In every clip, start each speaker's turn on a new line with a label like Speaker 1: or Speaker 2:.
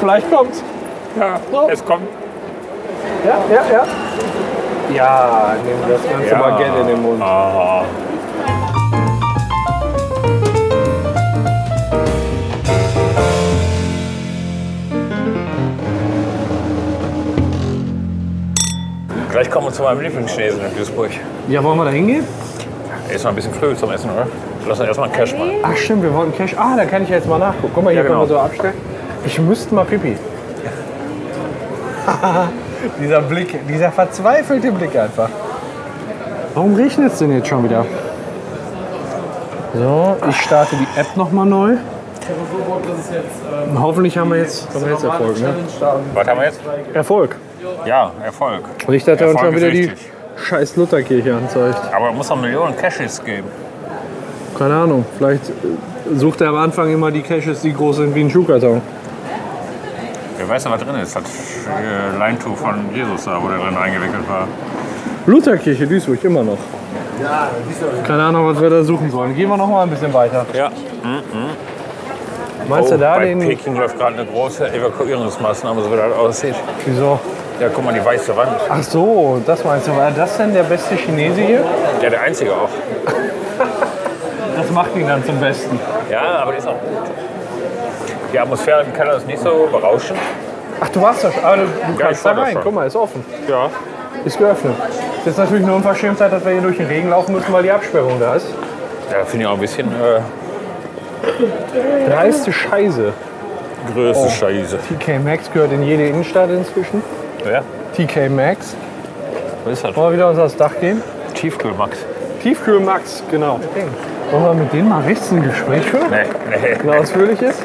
Speaker 1: Vielleicht kommt's.
Speaker 2: Ja,
Speaker 1: So.
Speaker 2: es kommt.
Speaker 1: Ja, ja, ja. Ja, nimm das ganze
Speaker 2: Ja.
Speaker 1: Baguette in den Mund.
Speaker 2: Ah. Gleich kommen wir zu meinem Lieblingschinesen in Duisburg.
Speaker 1: Ja, wollen wir da hingehen?
Speaker 2: Ist noch ein bisschen früh zum Essen, oder? Lass uns erstmal einen Cash machen.
Speaker 1: Ach stimmt, wir wollten Cash. Ah, da kann ich ja jetzt mal nachgucken. Guck mal, hier
Speaker 2: Ja,
Speaker 1: können wir so
Speaker 2: genau.
Speaker 1: abstellen. Ich müsste mal Pipi. dieser Blick, dieser verzweifelte Blick einfach. Warum regnet es denn jetzt schon wieder? So, ich starte die App nochmal neu. Und hoffentlich haben wir jetzt, haben wir jetzt Erfolg. Ne?
Speaker 2: Was haben wir jetzt?
Speaker 1: Erfolg.
Speaker 2: Ja, Erfolg.
Speaker 1: Und ich dachte uns
Speaker 2: Erfolg
Speaker 1: schon wieder
Speaker 2: ist
Speaker 1: die
Speaker 2: wichtig.
Speaker 1: scheiß Lutherkirche anzeigt.
Speaker 2: Aber es muss noch Millionen Cashes geben.
Speaker 1: Keine Ahnung, vielleicht äh, sucht er am Anfang immer die Caches, die groß sind wie ein Schuhkarton.
Speaker 2: Wer weiß, was drin ist. Das äh, Leintuch von Jesus da, wo der drin eingewickelt war.
Speaker 1: Lutherkirche, Duisburg, immer noch. Keine Ahnung, was wir da suchen sollen. Gehen wir noch mal ein bisschen weiter.
Speaker 2: Ja.
Speaker 1: Meinst du da
Speaker 2: Oh, bei
Speaker 1: den...
Speaker 2: Peking läuft gerade eine große Evakuierungsmaßnahme, so wie das aussieht.
Speaker 1: Wieso?
Speaker 2: Ja, guck mal, die weiße Wand.
Speaker 1: Ach so, das meinst du. War das denn der beste Chinese hier?
Speaker 2: Ja, der einzige auch.
Speaker 1: Das macht ihn dann zum Besten.
Speaker 2: Ja, aber die ist auch gut. Die Atmosphäre im Keller ist nicht so berauschend.
Speaker 1: Ach, du warst das schon. Aber du, du kannst
Speaker 2: ich war
Speaker 1: da
Speaker 2: da
Speaker 1: rein.
Speaker 2: schon.
Speaker 1: Guck mal, ist offen.
Speaker 2: Ja.
Speaker 1: Ist geöffnet. Ist jetzt natürlich eine Unverschämtheit, dass wir hier durch den Regen laufen müssen, weil die Absperrung da ist.
Speaker 2: Ja, finde ich auch ein bisschen äh,
Speaker 1: Dreiste Scheiße. Oh.
Speaker 2: größte Scheiße.
Speaker 1: TK Maxx gehört in jede Innenstadt inzwischen.
Speaker 2: Ja,
Speaker 1: TK Maxx.
Speaker 2: was ist das?
Speaker 1: Wollen wir wieder unter das Dach gehen?
Speaker 2: Tiefkühlmax.
Speaker 1: Tiefkühlmax, genau. Wollen wir mit denen mal rechts ein Gespräch führen?
Speaker 2: Nee, nee.
Speaker 1: Ein ausführliches?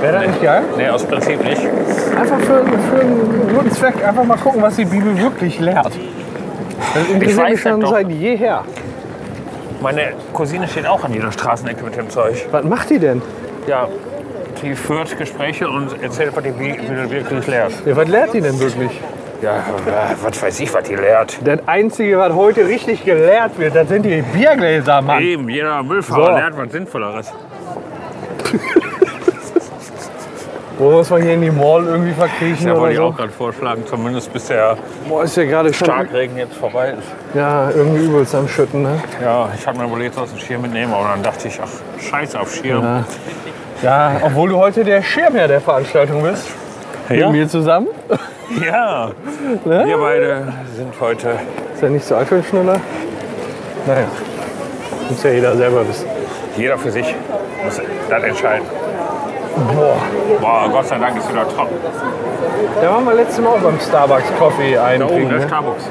Speaker 1: Wäre das nicht geil?
Speaker 2: Nee, aus Prinzip nicht.
Speaker 1: Einfach für, für einen guten Zweck, einfach mal gucken, was die Bibel wirklich lehrt. Das interessiert
Speaker 2: weiß
Speaker 1: mich schon
Speaker 2: das doch.
Speaker 1: seit jeher.
Speaker 2: Meine Cousine steht auch an jeder Straßenecke mit dem Zeug.
Speaker 1: Was macht die denn?
Speaker 2: Ja. Die führt Gespräche und erzählt, was die Bibel wirklich lehrt.
Speaker 1: Ja, was lehrt die denn wirklich?
Speaker 2: Ja, was weiß ich, was die lehrt.
Speaker 1: Das Einzige, was heute richtig gelehrt wird, das sind die Biergläser, Mann.
Speaker 2: Eben, jeder Müllfahrer
Speaker 1: So.
Speaker 2: lernt was Sinnvolleres.
Speaker 1: Wo muss man hier in die Mall irgendwie verkriechen
Speaker 2: Da
Speaker 1: oder
Speaker 2: wollte ich
Speaker 1: so?
Speaker 2: auch gerade vorschlagen, zumindest bis der
Speaker 1: Boah, ist ja gerade schon
Speaker 2: Starkregen jetzt vorbei ist.
Speaker 1: ja, irgendwie übelst am Schütten. Ne?
Speaker 2: Ja, ich habe mir überlegt, was ich Schirm mitnehmen, aber dann dachte ich, ach, scheiß auf Schirm.
Speaker 1: Ja. ja, obwohl du heute der Schirmherr der Veranstaltung bist. Mit mir zusammen.
Speaker 2: ja. wir beide sind heute.
Speaker 1: Ist ja nicht so arg viel schneller. Naja, muss ja jeder selber wissen.
Speaker 2: Jeder für sich muss dann entscheiden.
Speaker 1: Boah.
Speaker 2: Boah, Gott sei Dank ist wieder trocken.
Speaker 1: Da waren wir letztes Mal auch beim Starbucks Coffee
Speaker 2: Da oben,
Speaker 1: einkriegen.
Speaker 2: der
Speaker 1: Ne?
Speaker 2: Starbucks.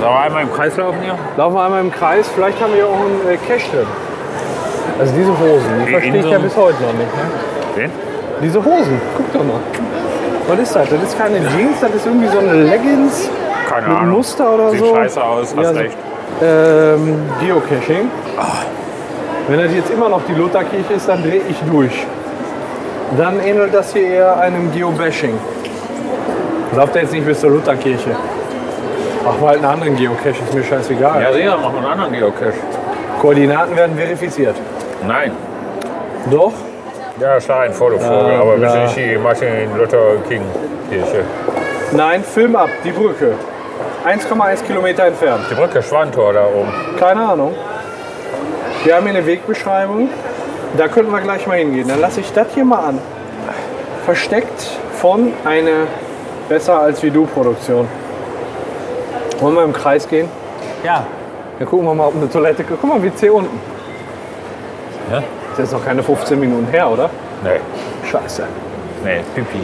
Speaker 2: Sollen wir einmal im Kreis laufen hier?
Speaker 1: Laufen wir einmal im Kreis, vielleicht haben wir ja auch einen äh, Cash drin. Also diese Hosen, die
Speaker 2: Die
Speaker 1: verstehe ich ja
Speaker 2: Inseln.
Speaker 1: bis heute noch nicht. Ne?
Speaker 2: Wen?
Speaker 1: Diese Hosen, guck doch mal. Was ist das? Das ist keine Jeans, das ist irgendwie so eine Leggings
Speaker 2: Keine
Speaker 1: mit
Speaker 2: Ahnung.
Speaker 1: Muster oder
Speaker 2: Sieht
Speaker 1: so.
Speaker 2: scheiße aus, hast
Speaker 1: Ja, so-
Speaker 2: recht. Ah.
Speaker 1: Ähm, Geocaching. Wenn das jetzt immer noch die Lutherkirche ist, dann drehe ich durch. Dann ähnelt das hier eher einem Geobashing. Lauft er jetzt nicht bis zur Lutherkirche. Machen wir halt einen anderen Geocache, ist mir scheißegal.
Speaker 2: Ja, sicher, machen wir einen anderen Geocache.
Speaker 1: Koordinaten werden verifiziert.
Speaker 2: Nein.
Speaker 1: Doch?
Speaker 2: Ja, klar, ein Fotovogel,
Speaker 1: Ah,
Speaker 2: aber bitte
Speaker 1: bla.
Speaker 2: nicht die Martin Luther King Kirche.
Speaker 1: Nein, Film ab, die Brücke. 1,1 Kilometer entfernt.
Speaker 2: Die Brücke Schwantor da oben.
Speaker 1: Keine Ahnung. Wir haben hier eine Wegbeschreibung. Da könnten wir gleich mal hingehen. Dann lasse ich das hier mal an. Versteckt von eine besser als wie du Produktion. Wollen wir im Kreis gehen?
Speaker 2: Ja.
Speaker 1: Dann gucken wir mal, ob eine Toilette. Guck mal, WC unten.
Speaker 2: Ja?
Speaker 1: Ist jetzt noch keine 15 Minuten her, oder?
Speaker 2: Nee,
Speaker 1: Scheiße.
Speaker 2: nee, Pipi.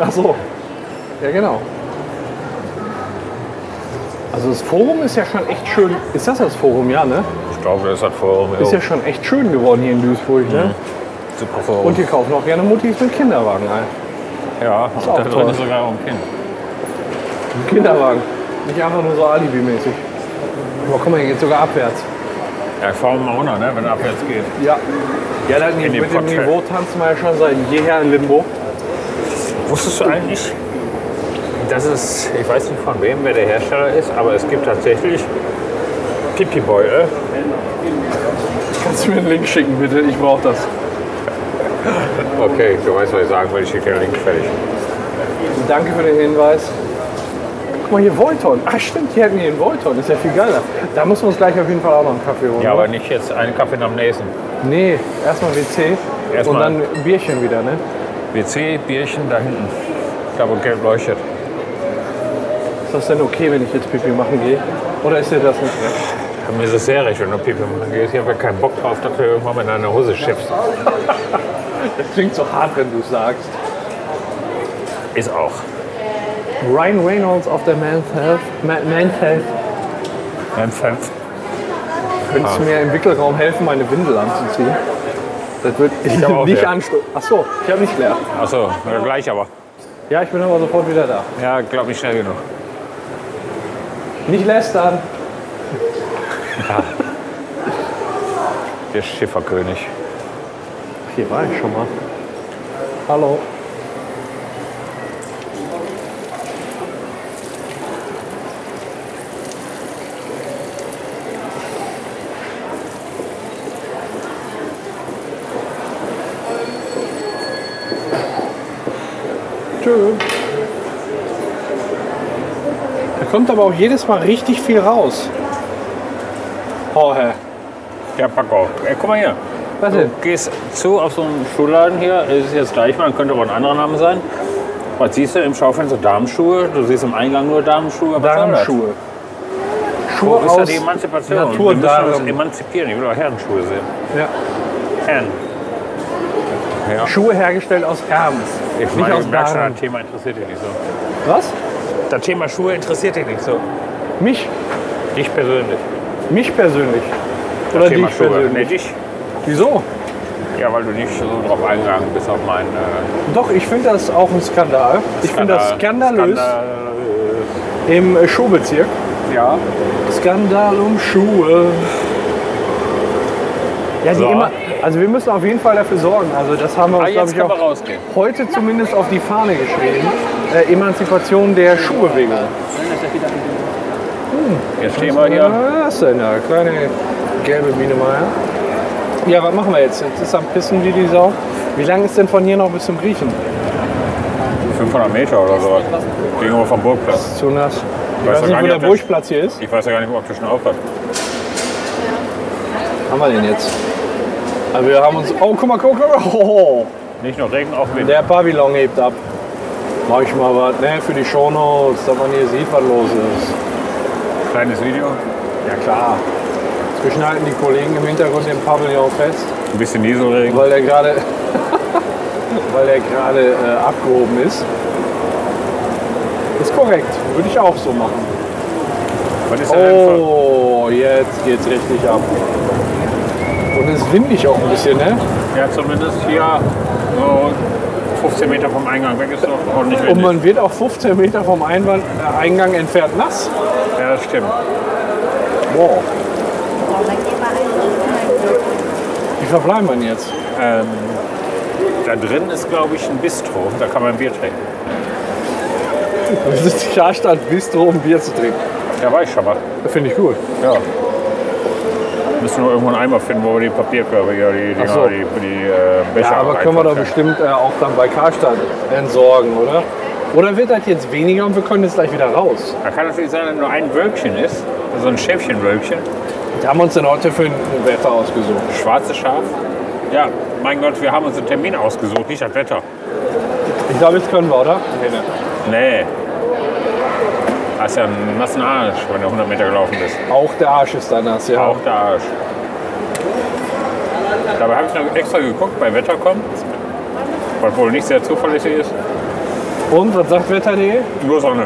Speaker 1: Ach so. Ja, genau. Also das Forum ist ja schon echt schön. Ist das das Forum, ja, ne?
Speaker 2: Ich glaube, das hat Forum.
Speaker 1: Ist ja schon echt schön geworden hier in Duisburg, ne?
Speaker 2: super Forum.
Speaker 1: Und hier kaufen auch gerne Mutis mit Kinderwagen ein.
Speaker 2: ja, und
Speaker 1: auch
Speaker 2: da drin
Speaker 1: toll.
Speaker 2: ist sogar auch ein Kind.
Speaker 1: Kinderwagen. Nicht einfach nur so Alibi-mäßig. Aber guck mal, hier geht sogar abwärts.
Speaker 2: Ja, ich fahre mal runter, ne, wenn er abwärts geht.
Speaker 1: Ja. Ja, dann
Speaker 2: In dem
Speaker 1: mit dem
Speaker 2: Porträt.
Speaker 1: Niveau tanzen wir ja schon seit jeher in Limbo.
Speaker 2: Wusstest du eigentlich, dass es, ich weiß nicht von wem, wer der Hersteller ist, aber es gibt tatsächlich Pipi-Beutel.
Speaker 1: Kannst du mir einen Link schicken, bitte? Ich brauche das.
Speaker 2: Oh, Okay, du weißt, was ich sagen will. Ich schicke den Link fertig.
Speaker 1: Danke für den Hinweis. Guck mal, hier Volton. Ach stimmt, hier hätten wir den Volton. Ist ja viel geiler. Da müssen wir uns gleich auf jeden Fall auch noch einen Kaffee holen.
Speaker 2: Ja,
Speaker 1: ne?
Speaker 2: aber nicht jetzt einen Kaffee nach dem nächsten.
Speaker 1: Nee, erstmal WC und
Speaker 2: Erstmal-
Speaker 1: dann ein Bierchen wieder, ne?
Speaker 2: WC, Bierchen da hinten. Da, wo gelb leuchtet.
Speaker 1: Ist das denn okay, wenn ich jetzt Pipi machen gehe? Oder ist dir das nicht recht?
Speaker 2: Mir ist es sehr recht, wenn du Pipi machen gehst. Ich habe ja keinen Bock drauf, dass du irgendwann mit deiner Hose schippst.
Speaker 1: Das klingt so hart, wenn du es sagst.
Speaker 2: Ist auch.
Speaker 1: Ryan Reynolds auf der Man's Health. Ma- Man's Health.
Speaker 2: Mein Pfeff.
Speaker 1: Könntest du mir im Wickelraum helfen, meine Windel anzuziehen? Das wird ich
Speaker 2: hab auch
Speaker 1: nicht
Speaker 2: leer.
Speaker 1: anstoßen. Ach so, ich habe nicht leer.
Speaker 2: Achso, gleich aber.
Speaker 1: Ja, ich bin aber sofort wieder da.
Speaker 2: Ja, glaub nicht schnell genug.
Speaker 1: Nicht lästern.
Speaker 2: Der Schifferkönig.
Speaker 1: Hier war ich schon mal. Hallo. Tschö. Da kommt aber auch jedes Mal richtig viel raus. Jorge.
Speaker 2: Ja, Paco. Ey, guck mal hier.
Speaker 1: Was
Speaker 2: Du
Speaker 1: denn?
Speaker 2: gehst zu auf so einen Schuhladen hier, ist jetzt gleich mal, könnte aber ein anderer Name sein. Was siehst du im Schaufenster? Damenschuhe. Du siehst im Eingang nur Damenschuhe. Was soll das?
Speaker 1: Darmschuhe. Schuhe
Speaker 2: Wo ist da
Speaker 1: aus
Speaker 2: die Emanzipation? Wir müssen uns
Speaker 1: Naturdarm.
Speaker 2: emanzipieren. Ich will auch Herrenschuhe sehen.
Speaker 1: Ja.
Speaker 2: Herren. Ja.
Speaker 1: Schuhe hergestellt aus Hermes.
Speaker 2: Ich
Speaker 1: nicht
Speaker 2: meine,
Speaker 1: aus
Speaker 2: ich merke schon,
Speaker 1: Darm.
Speaker 2: das Thema interessiert dich nicht so.
Speaker 1: Was?
Speaker 2: Das Thema Schuhe interessiert dich nicht so.
Speaker 1: Mich?
Speaker 2: Dich persönlich.
Speaker 1: Mich persönlich. Oder
Speaker 2: Thema
Speaker 1: dich persönlich.
Speaker 2: Nee, dich.
Speaker 1: Wieso?
Speaker 2: Ja, weil du nicht so drauf eingegangen bist auf meinen äh,
Speaker 1: Doch, ich finde das auch ein Skandal. Ich finde das
Speaker 2: Skandal-
Speaker 1: skandalös
Speaker 2: Skandalös.
Speaker 1: im äh, Schuhbezirk.
Speaker 2: Ja.
Speaker 1: Ah, Skandal um Schuhe. Ja, die
Speaker 2: So.
Speaker 1: immer. Also wir müssen auf jeden Fall dafür sorgen. Also das haben wir
Speaker 2: Ah,
Speaker 1: uns, glaube
Speaker 2: jetzt
Speaker 1: ich,
Speaker 2: können wir
Speaker 1: auch
Speaker 2: rausgehen.
Speaker 1: heute zumindest auf die Fahne geschrieben. Äh, Emanzipation der Schuhbewegung.
Speaker 2: Jetzt
Speaker 1: Ah,
Speaker 2: stehen wir hier.
Speaker 1: Was ist denn da? Kleine gelbe Biene mal. ja? Ja, was machen wir jetzt? Jetzt ist am Pissen wie die Sau. Wie lange ist denn von hier noch bis zum Griechen? Mhm.
Speaker 2: 500 Meter oder sowas. Gegenüber vom Burgplatz.
Speaker 1: Zu nass. Ich weiß
Speaker 2: Weißt du
Speaker 1: nicht,
Speaker 2: gar
Speaker 1: wo
Speaker 2: nicht,
Speaker 1: der
Speaker 2: ob das-
Speaker 1: Burgplatz hier ist.
Speaker 2: Ich weiß ja gar nicht, ob du schon auf hast.
Speaker 1: Haben wir den jetzt? Also wir haben uns. Oh, guck mal, guck mal. guck mal. Oh,
Speaker 2: Nicht nur Regen, auch Wind.
Speaker 1: der Pavillon hebt ab. Mach ich mal was, ne? Für die Shownotes, dass man hier sieht, was los ist.
Speaker 2: Kleines Video.
Speaker 1: Ja klar. Zwischen halten die Kollegen im Hintergrund den Pavillon fest.
Speaker 2: Ein bisschen Nieselregen.
Speaker 1: weil der gerade weil der gerade äh, abgehoben ist. Ist korrekt, würde ich auch so machen.
Speaker 2: Was ist denn oh.
Speaker 1: Oh, jetzt geht's richtig ab. Und es ist windig auch ein bisschen, ne?
Speaker 2: Ja, zumindest hier so 15 Meter vom Eingang weg ist noch ordentlich
Speaker 1: Und
Speaker 2: windig.
Speaker 1: man wird auch 15 Meter vom Einwand, äh, Eingang entfernt nass.
Speaker 2: Ja, das stimmt.
Speaker 1: Wow. Wie verbleiben wir denn jetzt?
Speaker 2: Ähm, da drin ist, glaube ich, ein Bistro. Da kann man ein Bier trinken.
Speaker 1: Das ist die Karstadt Bistro, um Bier zu trinken.
Speaker 2: Da war ich schon mal.
Speaker 1: Finde ich gut.
Speaker 2: Ja. Müssen wir irgendwo einen Eimer finden, wo wir die Papierkörbe, hier, die, die,
Speaker 1: Ach so.
Speaker 2: die, die äh, Becher
Speaker 1: Ja, aber können wir doch
Speaker 2: reinpacken.
Speaker 1: bestimmt äh, auch dann bei Karstadt entsorgen, oder? Oder wird das jetzt weniger und wir können jetzt gleich wieder raus?
Speaker 2: Da kann natürlich sein, dass nur ein Wölkchen ist. So ein Schäfchenwölkchen.
Speaker 1: Wir haben uns denn heute für ein Wetter ausgesucht.
Speaker 2: Schwarzes Schaf. Ja, mein Gott, wir haben uns einen Termin ausgesucht, nicht das Wetter.
Speaker 1: Ich glaube, jetzt können wir, oder? ne.
Speaker 2: Nee. Hast ja einen nassen Arsch, wenn du 100 Meter gelaufen bist.
Speaker 1: Auch der Arsch ist da nass, ja.
Speaker 2: Auch der Arsch. Dabei habe ich noch extra geguckt bei Wettercom, was wohl nicht sehr zuverlässig ist.
Speaker 1: Und, was sagt Wetter.de?
Speaker 2: Nur Sonne.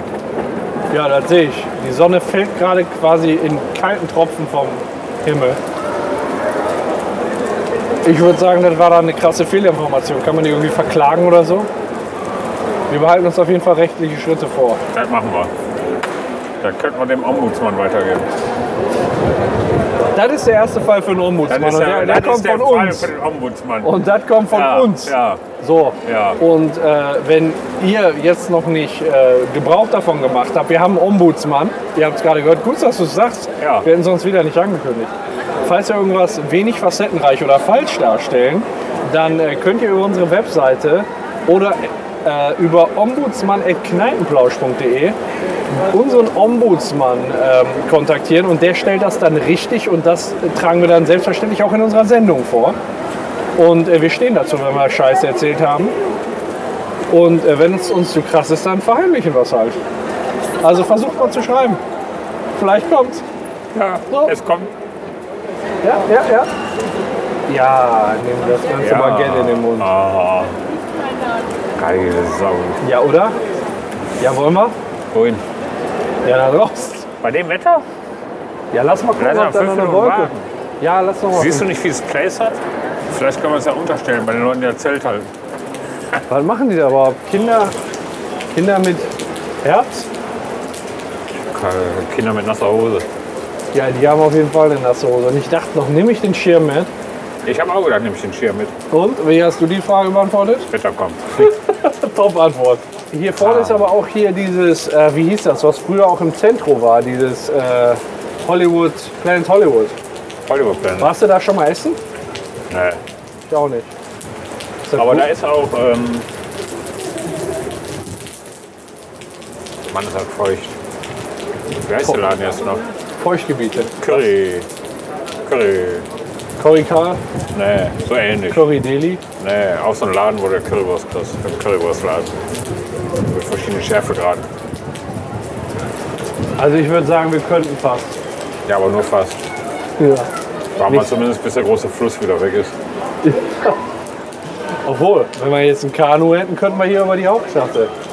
Speaker 1: Ja, das sehe ich. Die Sonne fällt gerade quasi in kalten Tropfen vom Himmel. Ich würde sagen, das war da eine krasse Fehlinformation. Kann man die irgendwie verklagen oder so? Wir behalten uns auf jeden Fall rechtliche Schritte vor.
Speaker 2: Das machen wir. Das könnten wir dem Ombudsmann weitergeben.
Speaker 1: Das ist der erste Fall für einen Ombudsmann. und der, der
Speaker 2: das
Speaker 1: kommt
Speaker 2: der
Speaker 1: von
Speaker 2: Fall
Speaker 1: uns.
Speaker 2: für den Ombudsmann.
Speaker 1: Und das kommt von
Speaker 2: ja,
Speaker 1: uns.
Speaker 2: Ja.
Speaker 1: So.
Speaker 2: Ja.
Speaker 1: Und äh, wenn ihr jetzt noch nicht äh, Gebrauch davon gemacht habt, wir haben einen Ombudsmann. Ihr habt es gerade gehört. Gut, dass du es sagst.
Speaker 2: Ja.
Speaker 1: Wir hätten sonst wieder nicht angekündigt. Falls wir irgendwas wenig facettenreich oder falsch darstellen, dann äh, könnt ihr über unsere Webseite oder äh, über ombudsmann.kneipenplausch.de unseren Ombudsmann ähm, kontaktieren und der stellt das dann richtig und das tragen wir dann selbstverständlich auch in unserer Sendung vor. Und äh, wir stehen dazu, wenn wir Scheiße erzählt haben. Und äh, wenn es uns zu krass ist, dann verheimlichen wir es halt. Also versucht mal zu schreiben. Vielleicht kommt's.
Speaker 2: Ja,
Speaker 1: So.
Speaker 2: es kommt.
Speaker 1: Ja, ja, ja. Ja, nimm das ganze
Speaker 2: Ja.
Speaker 1: Baguette in den Mund.
Speaker 2: Ah, geile Sau.
Speaker 1: Ja, oder? Ja, wollen wir?
Speaker 2: Wohin?
Speaker 1: Ja, dann raus.
Speaker 2: Bei dem Wetter?
Speaker 1: Ja, lass mal
Speaker 2: Lass
Speaker 1: gucken,
Speaker 2: mal
Speaker 1: ob da noch eine
Speaker 2: fünf Minuten
Speaker 1: Wolke.
Speaker 2: warten.
Speaker 1: Ja, lass noch mal.
Speaker 2: Siehst du nicht, wie es Place hat? Vielleicht kann man es ja unterstellen bei den Leuten, die das Zelt halten.
Speaker 1: Was machen die da überhaupt? Kinder, Kinder mit Herz?
Speaker 2: Keine Äh, Kinder mit nasser Hose.
Speaker 1: Ja, die haben auf jeden Fall eine nasse Hose. Und ich dachte noch, nehme ich den Schirm mit?
Speaker 2: Ich habe auch gedacht, nehme ich den Schirm mit.
Speaker 1: Und, wie hast du die Frage beantwortet?
Speaker 2: Wetter kommt.
Speaker 1: Top-Antwort. Hier vorne ist aber auch hier dieses, äh, wie hieß das, was früher auch im Zentrum war, dieses äh, Hollywood, Planet Hollywood.
Speaker 2: Hollywood Planet.
Speaker 1: Warst du da schon mal essen?
Speaker 2: Nee.
Speaker 1: Ich auch nicht. Ist das
Speaker 2: Aber
Speaker 1: gut?
Speaker 2: da ist auch. Ähm Mann, ist halt feucht. Wer ist der Laden jetzt noch?
Speaker 1: Feuchtgebiete.
Speaker 2: Curry. Curry.
Speaker 1: Korikal,
Speaker 2: Nee, so ähnlich.
Speaker 1: Korideli.
Speaker 2: Nee, auch so ein Laden, wo der Currywurst kriegst. Ein Currywurstladen. Mit verschiedenen Schärfegraden.
Speaker 1: Also ich würde sagen, wir könnten fast.
Speaker 2: Ja, aber nur fast.
Speaker 1: Ja.
Speaker 2: War mal zumindest, bis der große Fluss wieder weg ist.
Speaker 1: Obwohl, wenn wir jetzt ein Kanu hätten, könnten wir hier über die Hauptstraße.